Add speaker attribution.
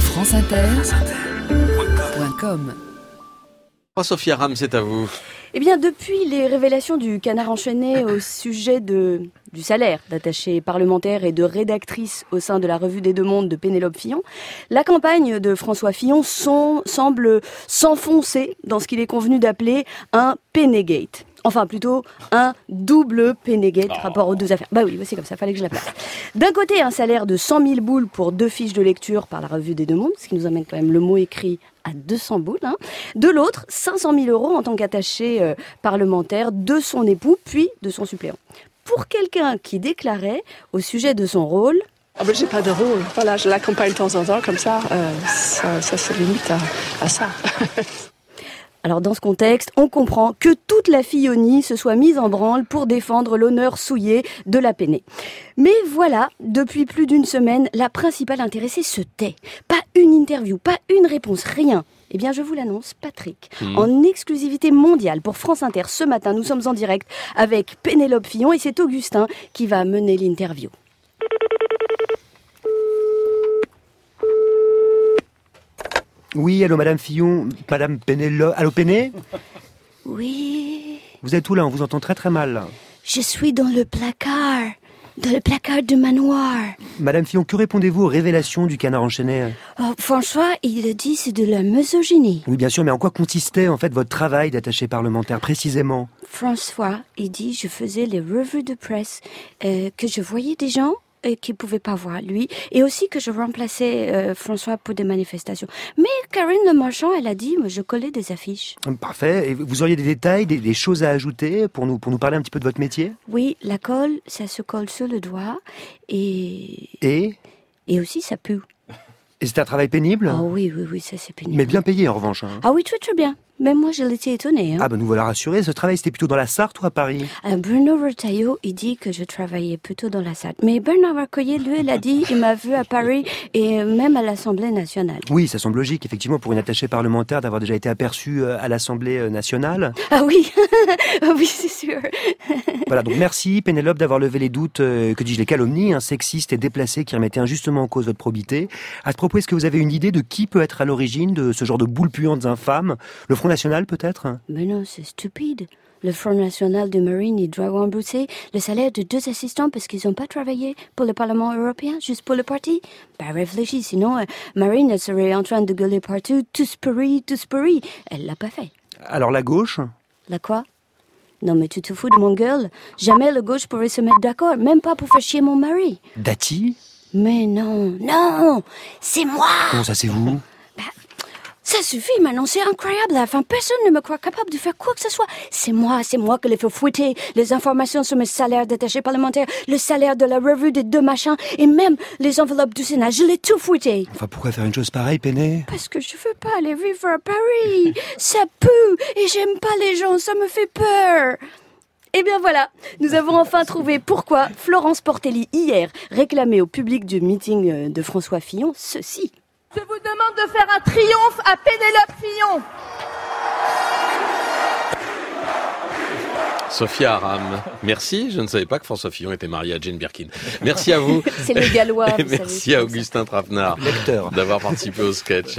Speaker 1: France Inter.com
Speaker 2: Oh, Sophia Ram, c'est à vous.
Speaker 3: Eh bien, depuis les révélations du canard enchaîné au sujet de, du salaire d'attaché parlementaire et de rédactrice au sein de la revue des deux mondes de Pénélope Fillon, la campagne de François Fillon son- semble s'enfoncer dans ce qu'il est convenu d'appeler un Pénégate. Enfin, plutôt un double Pénégate rapport aux deux affaires. Bah oui, bah c'est comme ça, fallait que je la place. D'un côté, un salaire de 100 000 boules pour deux fiches de lecture par la revue des deux mondes, ce qui nous amène quand même le mot écrit à 200 boules. hein. De l'autre, 500 000 euros en tant qu'attaché euh, parlementaire de son époux, puis de son suppléant. Pour quelqu'un qui déclarait au sujet de son rôle,
Speaker 4: Ah ben, j'ai pas de rôle. Voilà, je l'accompagne de temps en temps comme ça. euh, ça, ça se limite à, à ça.
Speaker 3: alors dans ce contexte, on comprend que toute la fillonie se soit mise en branle pour défendre l'honneur souillé de la peinée. Mais voilà, depuis plus d'une semaine, la principale intéressée se tait. Pas une interview, pas une réponse, rien. Eh bien, je vous l'annonce, Patrick, en exclusivité mondiale pour France Inter ce matin, nous sommes en direct avec Pénélope Fillon et c'est Augustin qui va mener l'interview.
Speaker 5: Oui, allô Madame Fillon, Madame Pénélope, allô Péné
Speaker 3: Oui,
Speaker 5: Vous êtes où là On vous entend très très mal.
Speaker 3: je suis dans le placard, dans le placard de manoir.
Speaker 5: Madame Fillon, que répondez-vous aux révélations du canard enchaîné
Speaker 3: Oh, François, il le dit, c'est de la misogynie.
Speaker 5: Oui, bien sûr, mais en quoi consistait en fait votre travail d'attaché parlementaire précisément
Speaker 3: François, il dit, je faisais les revues de presse, euh, que je voyais des gens euh, qui pouvaient pas voir lui, et aussi que je remplaçais euh, François pour des manifestations. Mais Karine Le Marchand, elle a dit, moi, je collais des affiches.
Speaker 5: Hum, Parfait. Et vous auriez des détails, des, des choses à ajouter pour nous, pour nous parler un petit peu de votre métier
Speaker 3: Oui, la colle, ça se colle sur le doigt, et,
Speaker 5: Et,
Speaker 3: et aussi ça pue.
Speaker 5: et c'est un travail pénible
Speaker 3: Ah oui, oui, oui, ça c'est pénible.
Speaker 5: Mais bien payé en revanche. hein.
Speaker 3: Ah oui, très très bien. Même moi, je l'étais étonnée. Hein.
Speaker 5: Ah ben nous voilà rassurés, ce travail c'était plutôt dans la Sarthe ou à Paris
Speaker 3: Euh, Bruno Retailleau, il dit que je travaillais plutôt dans la salle. Mais Bernard Arcoyer, lui, il a dit, il m'a vu à Paris et même à l'Assemblée nationale.
Speaker 5: Oui, ça semble logique effectivement pour une attachée parlementaire d'avoir déjà été aperçue euh, à l'Assemblée euh, nationale.
Speaker 3: Ah oui, oui, c'est sûr.
Speaker 5: Voilà, donc merci Pénélope d'avoir levé les doutes, euh, que dis-je, les calomnies, hein, sexistes et déplacées qui remettaient injustement en cause votre probité. À ce propos, est-ce que vous avez une idée de qui peut être à l'origine de ce genre de boules puantes infâmes Le Front National peut-être
Speaker 3: Mais non, c'est stupide. Le Front National de Marine, il doit rembourser le salaire de deux assistants parce qu'ils n'ont pas travaillé pour le Parlement européen, juste pour le parti. Bah réfléchis, sinon euh, Marine, elle serait en train de gueuler partout, tous pourris, tous pourris. Elle l'a pas fait.
Speaker 5: Alors la gauche
Speaker 3: La quoi Non mais tu te fous de mon gueule Jamais le gauche pourrait se mettre d'accord, même pas pour faire chier mon mari.
Speaker 5: Dati
Speaker 3: Mais non, non C'est moi
Speaker 5: Comment ça c'est vous
Speaker 3: Ça suffit maintenant, c'est incroyable. Enfin, personne ne me croit capable de faire quoi que ce soit. C'est moi, c'est moi qui les fait fouetter. Les informations sur mes salaires d'attaché parlementaire, le salaire de la revue des deux machins, et même les enveloppes du Sénat, je l'ai tout fouetté.
Speaker 5: Enfin pourquoi faire une chose pareille, Péné
Speaker 3: Parce que je veux pas aller vivre à Paris. Ça pue et j'aime pas les gens, ça me fait peur. Eh bien voilà, nous avons enfin trouvé pourquoi Florence Portelli hier réclamait au public du meeting euh, de François Fillon ceci.
Speaker 6: Je vous demande de faire un triomphe à Pénélope Fillon.
Speaker 2: Sophia Aram, merci. Je ne savais pas que François Fillon était marié à Jane Birkin. Merci à vous.
Speaker 3: C'est les Gallois. vous savez,
Speaker 2: Merci à
Speaker 3: comme ça.
Speaker 2: Augustin Trapenard
Speaker 5: Lecteur.
Speaker 2: d'avoir participé au sketch.